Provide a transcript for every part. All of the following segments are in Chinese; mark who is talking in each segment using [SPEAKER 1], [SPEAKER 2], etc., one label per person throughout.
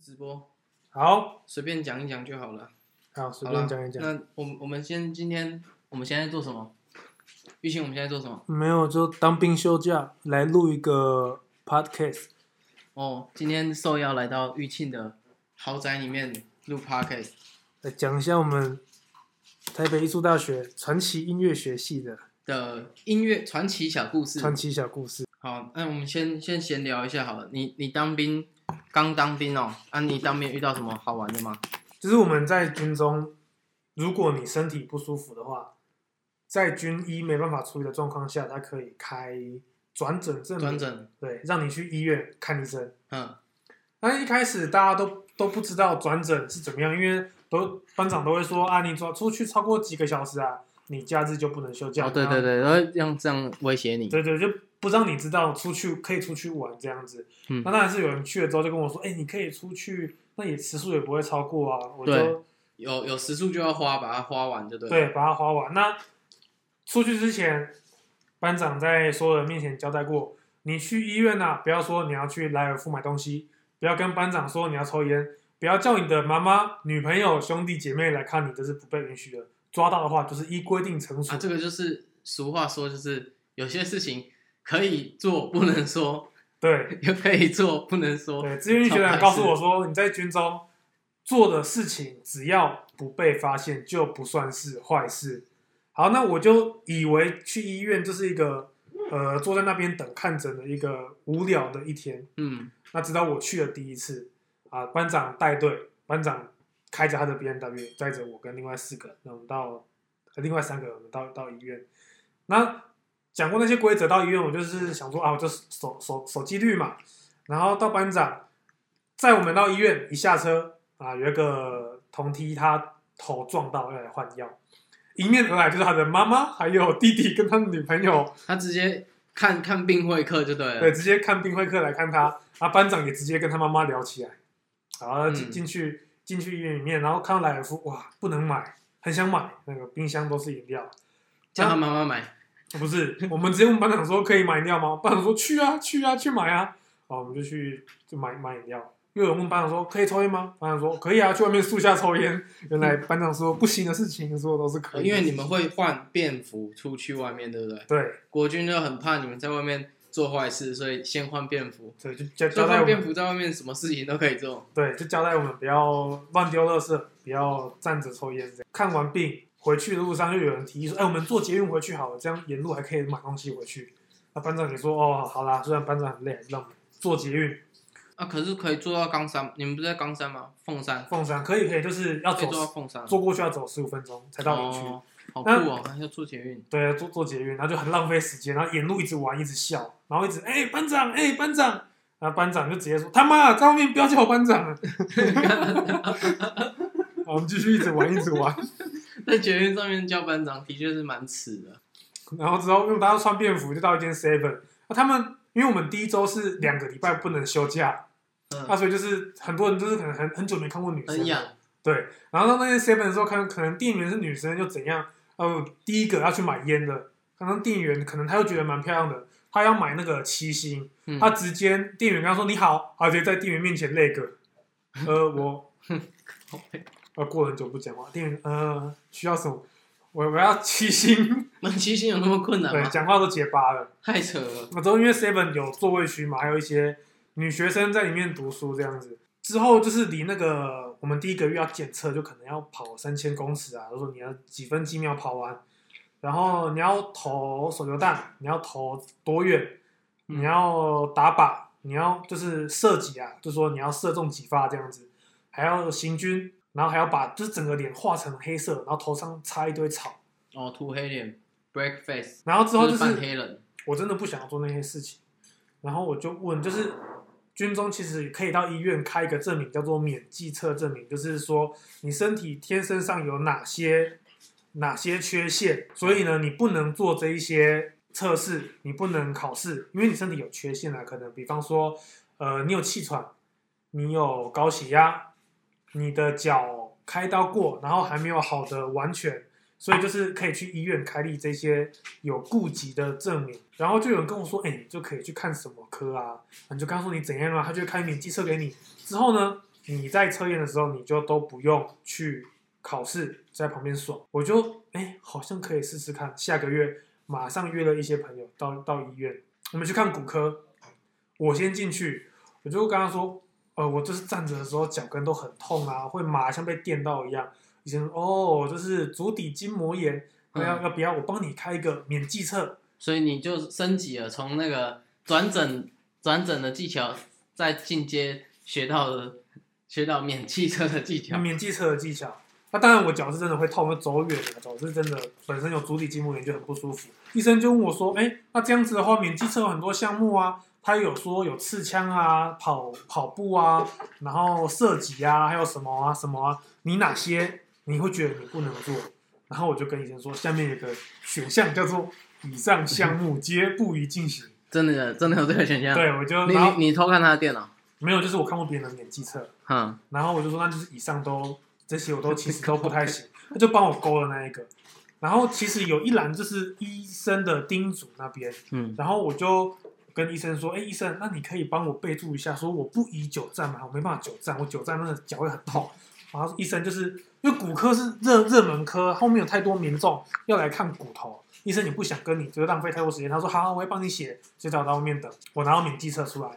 [SPEAKER 1] 直播，
[SPEAKER 2] 好
[SPEAKER 1] 随便讲一讲就好了。
[SPEAKER 2] 好随
[SPEAKER 1] 好啦
[SPEAKER 2] 便讲一讲，
[SPEAKER 1] 那我们我们先今天我们现在做什么？玉兴，我们现在做什么？
[SPEAKER 2] 没有就当兵休假来录一个 podcast，
[SPEAKER 1] 哦，今天受邀来到玉庆的豪宅里面录 podcast。
[SPEAKER 2] 来讲一下我们台北艺术大学传奇音乐学系的
[SPEAKER 1] 的音乐传奇小故事。
[SPEAKER 2] 传奇小故事。
[SPEAKER 1] 好，那我们先先闲聊一下好了。你你当兵，刚当兵哦，啊，你当兵遇到什么好玩的吗？
[SPEAKER 2] 就是我们在军中，如果你身体不舒服的话，在军医没办法处理的状况下，他可以开转诊证
[SPEAKER 1] 转
[SPEAKER 2] 明，
[SPEAKER 1] 诊，
[SPEAKER 2] 对，让你去医院看医生。
[SPEAKER 1] 嗯，
[SPEAKER 2] 但是一开始大家都都不知道转诊是怎么样，因为都班长都会说啊，你转出去超过几个小时啊，你假日就不能休假。
[SPEAKER 1] 哦，对对
[SPEAKER 2] 然后
[SPEAKER 1] 对，然后让这样威胁你，
[SPEAKER 2] 对对，就不让你知道出去可以出去玩这样子。
[SPEAKER 1] 嗯
[SPEAKER 2] 那当然是有人去了之后就跟我说，哎、你可以出去，那也时速也不会超过啊。我
[SPEAKER 1] 对
[SPEAKER 2] 就
[SPEAKER 1] 有有时数就要花，把它花完就对。，
[SPEAKER 2] 对，把它花完。那出去之前，班长在所有人面前交代过，你去医院呐、不要说你要去莱尔富买东西，不要跟班长说你要抽烟，不要叫你的妈妈、女朋友、兄弟姐妹来看你，这是不被允许的。抓到的话，就是依规定惩处。
[SPEAKER 1] 啊，这个就是俗话说，就是有些事情可以做不能说，
[SPEAKER 2] 对
[SPEAKER 1] 也可以做不能说。
[SPEAKER 2] 对，志愿学长告诉我说，你在军中做的事情，只要不被发现，就不算是坏事。好，那我就以为去医院就是一个呃坐在那边等看诊的一个无聊的一天。
[SPEAKER 1] 嗯，
[SPEAKER 2] 那直到我去了第一次啊，班长带队，班长开着他的 B N W 载着我跟另外四个人，那我们到呃另外三个人我们到到医院。那讲过那些规则，到医院我就是想说啊，我就手手手机率嘛，然后到班长载我们到医院，一下车啊，有一个同梯他头撞到要来换药，迎面而来就是他的妈妈还有弟弟跟他的女朋友。
[SPEAKER 1] 他直接看看病会客就对了。
[SPEAKER 2] 对，直接看病会客来看他，啊，班长也直接跟他妈妈聊起来，然后进
[SPEAKER 1] 嗯
[SPEAKER 2] 进去进去医院里面，然后看到莱尔夫，哇，不能买，很想买，那个冰箱都是饮料，
[SPEAKER 1] 叫他妈妈买。
[SPEAKER 2] 不 是，我们直接问班长说可以买饮料吗？班长说去啊去啊去买啊，哦，我们就去就买买饮料。又有人问班长说可以抽烟吗？班长说可以啊，去外面树下抽烟。原来班长说不行的事情，说都是可以的事情，
[SPEAKER 1] 哦因为你们会换便服出去外面，对不对？
[SPEAKER 2] 对
[SPEAKER 1] 国军就很怕你们在外面做坏事，所以先换便服。
[SPEAKER 2] 对就交
[SPEAKER 1] 所
[SPEAKER 2] 交
[SPEAKER 1] 以
[SPEAKER 2] 代
[SPEAKER 1] 换
[SPEAKER 2] 我们
[SPEAKER 1] 便服在外面什么事情都可以做。
[SPEAKER 2] 对，就交代我们不要乱丢垃圾，不要站着抽烟这样。看完病回去的路上，又有人提议说：“哎，我们坐捷运回去好了，这样沿路还可以买东西回去。”那班长也说：“哦，好啦，虽然班长很累，让我们坐捷运
[SPEAKER 1] 啊，可是可以做到冈山，你们不是在冈山吗？凤山，
[SPEAKER 2] 凤山可以可以，就是要
[SPEAKER 1] 可以
[SPEAKER 2] 走
[SPEAKER 1] 做到凤山。
[SPEAKER 2] 坐过去要走十五分钟才到营区。
[SPEAKER 1] 哦，好酷哦，还要做捷运。
[SPEAKER 2] 对，坐坐捷运，然后就很浪费时间，然后沿路一直玩，一直笑，然后一直哎、班长哎、班长，然后班长就直接说他妈在后面不要叫我班 长了。啊好我们继续一直玩，一直玩。
[SPEAKER 1] 在捷运上面叫班长的确是蛮耻的。
[SPEAKER 2] 然后之后因为大家穿便服就到一间 Seven，那他们因为我们第一周是两个礼拜不能休假，
[SPEAKER 1] 嗯
[SPEAKER 2] 那、所以就是很多人就是可能很很久没看过女
[SPEAKER 1] 很
[SPEAKER 2] 生，
[SPEAKER 1] 痒，
[SPEAKER 2] 对，然后到那间 Seven 的时候，看可能店员是女生又怎样，呃，第一个要去买烟的，可能店员可能他又觉得蛮漂亮的，他要买那个七星，
[SPEAKER 1] 嗯，
[SPEAKER 2] 他直接店员跟他说你好，他直接在店员面前那个，呃，我呃过了很久不讲话，店员呃需要什么？我我要七 星，
[SPEAKER 1] 那骑行有那么困难
[SPEAKER 2] 对，
[SPEAKER 1] 吗？
[SPEAKER 2] 讲话都结巴了。
[SPEAKER 1] 太扯了。
[SPEAKER 2] 那之后因为 Seven 有座位区嘛，还有一些女学生在里面读书这样子。之后就是离那个我们第一个月要检测，就可能要跑三千公尺啊，就说你要几分几秒跑完，然后你要投手榴弹，你要投多远，
[SPEAKER 1] 嗯
[SPEAKER 2] 你要打靶，你要就是射击啊，就说你要射中几发这样子，还要行军，然后还要把就是整个脸画成黑色，然后头上插一堆草，
[SPEAKER 1] 哦，涂黑脸，break face，
[SPEAKER 2] 然后之后就
[SPEAKER 1] 就是扮黑人。
[SPEAKER 2] 我真的不想要做那些事情。然后我就问，就是军中其实可以到医院开一个证明，叫做免计测证明，就是说你身体天生上有哪些哪些缺陷，所以呢，你不能做这一些测试，你不能考试，因为你身体有缺陷啊，可能比方说，呃，你有气喘，你有高血压，你的脚开刀过，然后还没有好的完全，所以就是可以去医院开立这些有顾及的证明。然后就有人跟我说，哎、你就可以去看什么科啊？你就跟他说你怎样啊，他就会开免疫测给你。之后呢，你在测验的时候，你就都不用去考试，在旁边爽。我就哎，好像可以试试看。下个月马上约了一些朋友到到医院，我们去看骨科。我先进去，我就跟他说，呃，我就是站着的时候脚跟都很痛啊，会麻，像被电到一样。医生说哦，就是足底筋膜炎，
[SPEAKER 1] 嗯
[SPEAKER 2] 要要不要我帮你开一个免剂测？
[SPEAKER 1] 所以你就升级了，从那个转诊转诊的技巧，再进阶学到了学到免汽车的技巧。
[SPEAKER 2] 免技测的技巧。那当然，我脚是真的会痛，会走远了，走是真的本身有足底筋膜炎就很不舒服。医生就问我说：“哎、那这样子的话，免技测有很多项目啊，他有说有刺枪啊、跑跑步啊，然后射击啊，还有什么啊什么啊，你哪些你会觉得你不能做？”然后我就跟医生说，下面有个选项叫做“以上项目皆不宜进行
[SPEAKER 1] 真的真的有这个选”。项？
[SPEAKER 2] 对，我就
[SPEAKER 1] 嗯你
[SPEAKER 2] 然后
[SPEAKER 1] 你你偷看他的电脑，
[SPEAKER 2] 没有，就是我看过别人的免技测，
[SPEAKER 1] 哼，
[SPEAKER 2] 然后我就说，那就是以上都这些我都其实都不太行，他就帮我勾了那一个。然后其实有一栏就是医生的叮嘱那边，
[SPEAKER 1] 嗯，
[SPEAKER 2] 然后我就跟医生说，哎，医生，那你可以帮我备注一下，说我不宜久站嘛，我没办法久站，我久站那个脚会很痛。然后医生就是因为骨科是热热门科，后面有太多民众要来看骨头，医生也不想跟你就是浪费太多时间，他说好，我会帮你写，就叫我到后面等。我拿到免记册出来，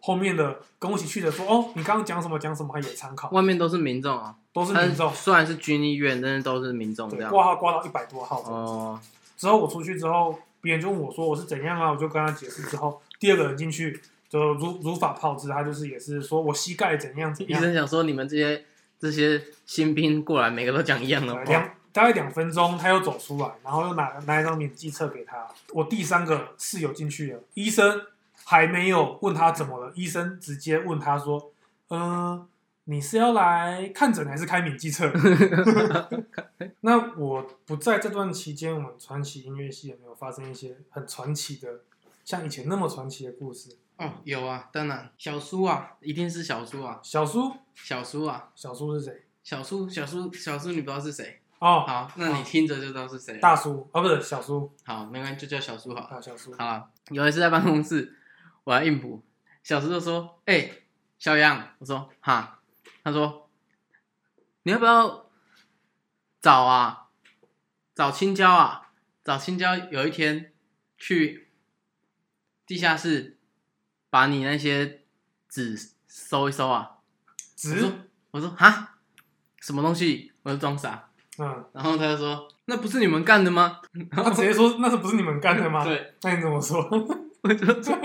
[SPEAKER 2] 后面的跟我一起去的说，哦，你刚刚讲什么讲什么，他也参考，
[SPEAKER 1] 外面都是民众啊，
[SPEAKER 2] 都是民众
[SPEAKER 1] 但，虽然是军医院，但是都是民众这
[SPEAKER 2] 对，
[SPEAKER 1] 样。
[SPEAKER 2] 挂号挂到一百多号这样
[SPEAKER 1] 哦，
[SPEAKER 2] 之后我出去之后，别人就问我说我是怎样啊，我就跟他解释之后，第二个人进去就如如法炮制，他就是也是说我膝盖怎样怎
[SPEAKER 1] 医
[SPEAKER 2] 样，
[SPEAKER 1] 生想说你们这些这些新兵过来，每个都讲一样的
[SPEAKER 2] 呃
[SPEAKER 1] 话，
[SPEAKER 2] 两大概两分钟他又走出来，然后又拿拿一张免记册给他。我第三个室友进去了，医生还没有问他怎么了，医生直接问他说，嗯、你是要来看诊还是开免记册？ 那我不在这段期间，我们传奇音乐系有没有发生一些很传奇的，像以前那么传奇的故事？
[SPEAKER 1] 哦，有啊，当然，小苏啊，一定是小苏啊，
[SPEAKER 2] 小苏，
[SPEAKER 1] 小苏啊，
[SPEAKER 2] 小苏是谁？
[SPEAKER 1] 小苏，小苏，小苏，你不知道是谁？
[SPEAKER 2] 哦，
[SPEAKER 1] 好，那你听着就知道是谁了。
[SPEAKER 2] 大叔哦，不是小苏
[SPEAKER 1] 好，没关系，就叫小苏好了。
[SPEAKER 2] 啊，小苏
[SPEAKER 1] 好啊，有一次在办公室，我来应补，小苏就说：“哎、小杨，我说哈，他说你要不要找啊，找青椒啊，找青椒，有一天去地下室把你那些纸收一收啊。”我说
[SPEAKER 2] 直，：“
[SPEAKER 1] 我说哈，什么东西？”我就装傻，
[SPEAKER 2] 嗯，
[SPEAKER 1] 然后他就说：“那不是你们干的吗
[SPEAKER 2] 他直接说那是不是你们干的？”吗？，
[SPEAKER 1] 对，
[SPEAKER 2] 那你怎么说？
[SPEAKER 1] 我就装，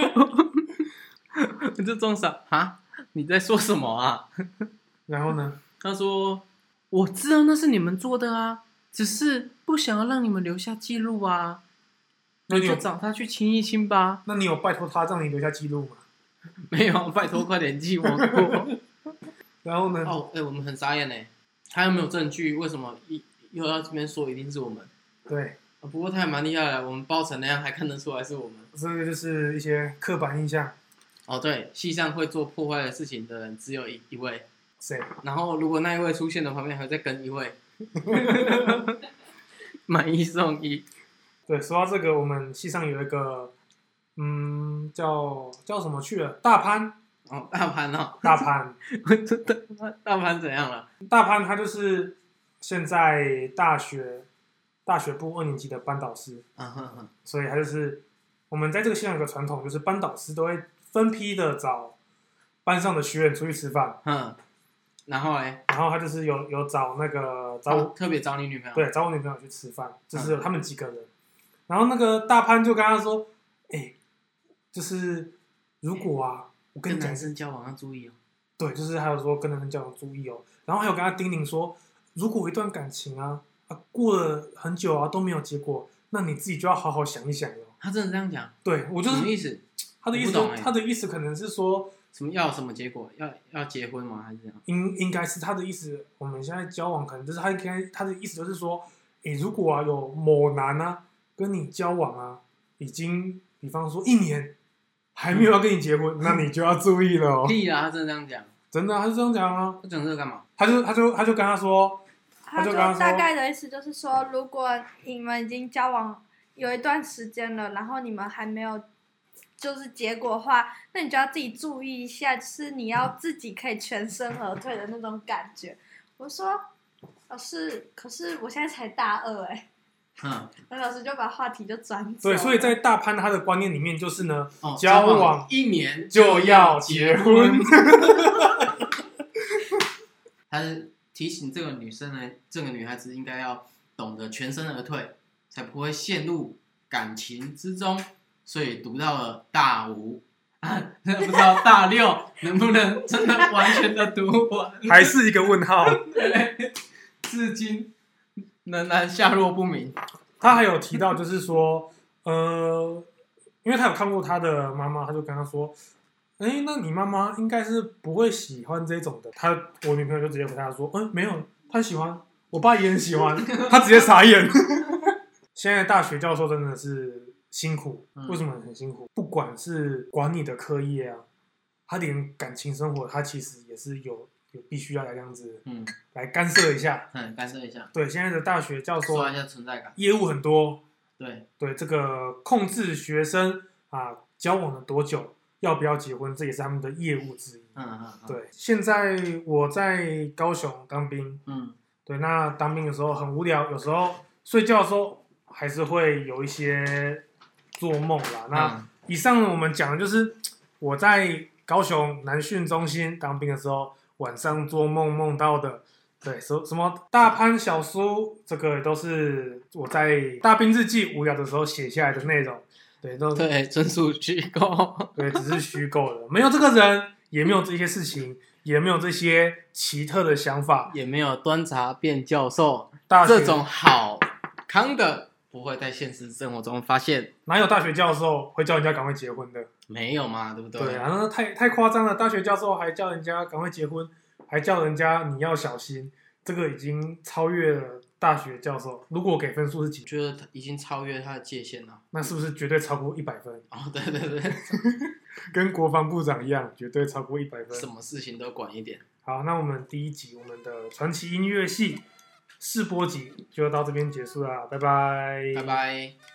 [SPEAKER 1] 我就装傻哈，你在说什么啊？
[SPEAKER 2] 然后呢？
[SPEAKER 1] 他说：“我知道那是你们做的啊，只是不想要让你们留下记录啊，
[SPEAKER 2] 那你
[SPEAKER 1] 就
[SPEAKER 2] 有
[SPEAKER 1] 找他去亲一亲吧。
[SPEAKER 2] 那你有拜托他让你留下记录吗？”
[SPEAKER 1] 没有，拜托，快点记我过。
[SPEAKER 2] 然后 呢？
[SPEAKER 1] 哦，哎、我们很傻眼呢，他又没有证据，为什么一又要这边说一定是我们？
[SPEAKER 2] 对，
[SPEAKER 1] 啊不过他也蛮厉害的，我们包成那样还看得出来是我们。
[SPEAKER 2] 这个就是一些刻板印象。
[SPEAKER 1] 哦，对，系上会做破坏的事情的人只有一一位，
[SPEAKER 2] 谁？
[SPEAKER 1] 然后如果那一位出现的旁边还再跟一位，买一送一。
[SPEAKER 2] 对，说到这个，我们系上有一个，嗯，叫叫什么去了？大潘，
[SPEAKER 1] 哦，大盘哦，
[SPEAKER 2] 大潘，
[SPEAKER 1] 这大大盘怎样了？
[SPEAKER 2] 大潘他就是现在大学大学部二年级的班导师。
[SPEAKER 1] 啊哈哈，
[SPEAKER 2] 所以他就是我们在这个系上有个传统，就是班导师都会分批的找班上的学员出去吃饭，
[SPEAKER 1] 嗯，然后嘞，
[SPEAKER 2] 然后他就是有有找那个找
[SPEAKER 1] 哦嗯
[SPEAKER 2] 我、
[SPEAKER 1] 特别找你女朋友，
[SPEAKER 2] 对找我女朋友去吃饭，就是有他们几个人，然后那个大潘就跟他说，哎、就是如果啊，我跟
[SPEAKER 1] 跟
[SPEAKER 2] 你讲
[SPEAKER 1] 男，生交往要注意哦。
[SPEAKER 2] 对，就是还有说跟男生交往注意哦，然后还有跟他叮咛说，如果一段感情啊啊过了很久啊都没有结果，那你自己就要好好想一想哦。
[SPEAKER 1] 他真的这样讲，
[SPEAKER 2] 对我就
[SPEAKER 1] 什
[SPEAKER 2] 是
[SPEAKER 1] 么意思？
[SPEAKER 2] 他的意
[SPEAKER 1] 嗯我
[SPEAKER 2] 思
[SPEAKER 1] 不
[SPEAKER 2] 说，
[SPEAKER 1] 懂欸
[SPEAKER 2] 他的意思可能是说，
[SPEAKER 1] 什么要什么结果？要要结婚吗？还是怎样？
[SPEAKER 2] 应应该是他的意思。我们现在交往，可能就是他应该他的意思就是说，诶、如果啊有某男啊跟你交往啊，已经比方说一年还没有要跟你结婚，那你就要注意了哦。
[SPEAKER 1] 屁啦，他真的这样讲，
[SPEAKER 2] 真的啊、他是这样讲啊，
[SPEAKER 1] 他讲这个干嘛？
[SPEAKER 2] 他就他就他就跟他说，
[SPEAKER 3] 他
[SPEAKER 2] 就
[SPEAKER 3] 就
[SPEAKER 2] 跟他说
[SPEAKER 3] 大概的意思就是说，如果你们已经交往有一段时间了，然后你们还没有就是结果的话，那你就要自己注意一下，就是你要自己可以全身而退的那种感觉。我说，老师，可是我现在才大二哎、
[SPEAKER 1] 嗯，
[SPEAKER 3] 那老师就把话题就转走了。
[SPEAKER 2] 对，所以在大潘他的观念里面就是呢，
[SPEAKER 1] 哦，
[SPEAKER 2] 交往
[SPEAKER 1] 一年
[SPEAKER 2] 就要
[SPEAKER 1] 结
[SPEAKER 2] 结婚。
[SPEAKER 1] 他是提醒这个女生呢，这个女孩子应该要懂得全身而退，才不会陷入感情之中。所以读到了大五啊，不知道大六能不能真的完全的读完，
[SPEAKER 2] 还是一个问 号。
[SPEAKER 1] 对至今仍然下落不明。
[SPEAKER 2] 他还有提到，就是说，呃，因为他有看过他的妈妈，他就跟他说，哎、那你妈妈应该是不会喜欢这种的。他我女朋友就直接回答说，嗯、没有，她喜欢，我爸也很喜欢，他直接傻眼。 现在大学教授真的是辛苦，
[SPEAKER 1] 嗯
[SPEAKER 2] 为什么很辛苦？不管是管你的课业啊，他连感情生活，他其实也是有有必须要来这样子
[SPEAKER 1] 嗯
[SPEAKER 2] 来干涉一下。
[SPEAKER 1] 嗯，干涉一下，
[SPEAKER 2] 对，现在的大学教授
[SPEAKER 1] 刷
[SPEAKER 2] 啊
[SPEAKER 1] 一下存在感。
[SPEAKER 2] 业务很多，
[SPEAKER 1] 对，
[SPEAKER 2] 对这个控制学生啊交往了多久，要不要结婚，这也是他们的业务之一。
[SPEAKER 1] 嗯嗯嗯，，
[SPEAKER 2] 对，现在我在高雄当兵，
[SPEAKER 1] 嗯
[SPEAKER 2] 对，那当兵的时候很无聊，有时候睡觉的时候还是会有一些做梦啦。那
[SPEAKER 1] 嗯
[SPEAKER 2] 以上呢我们讲的就是我在高雄南训中心当兵的时候，晚上做梦梦到的。对，什什么大潘小叔，这个都是我在大兵日记无聊的时候写下来的内容。 对，都
[SPEAKER 1] 对，纯属虚构。
[SPEAKER 2] 对，只是虚构的，没有这个人，也没有这些事情，也没有这些奇特的想法。
[SPEAKER 1] 也没有端茶变教授，
[SPEAKER 2] 大学
[SPEAKER 1] 这种好康的不会在现实生活中发现，
[SPEAKER 2] 哪有大学教授会叫人家赶快结婚的？
[SPEAKER 1] 没有嘛，对不对？
[SPEAKER 2] 对啊，那太太夸张了。大学教授还叫人家赶快结婚，还叫人家你要小心，这个已经超越了大学教授。如果我给分数是几
[SPEAKER 1] 我，觉得他已经超越他的界限了。
[SPEAKER 2] 那是不是绝对超过一百分？
[SPEAKER 1] 哦，对对对，
[SPEAKER 2] 跟国防部长一样，绝对超过一百分
[SPEAKER 1] 什。么事情都管一点。
[SPEAKER 2] 好，那我们第一集我们的传奇音乐系试播集就到这边结束啦，拜拜，
[SPEAKER 1] 拜拜。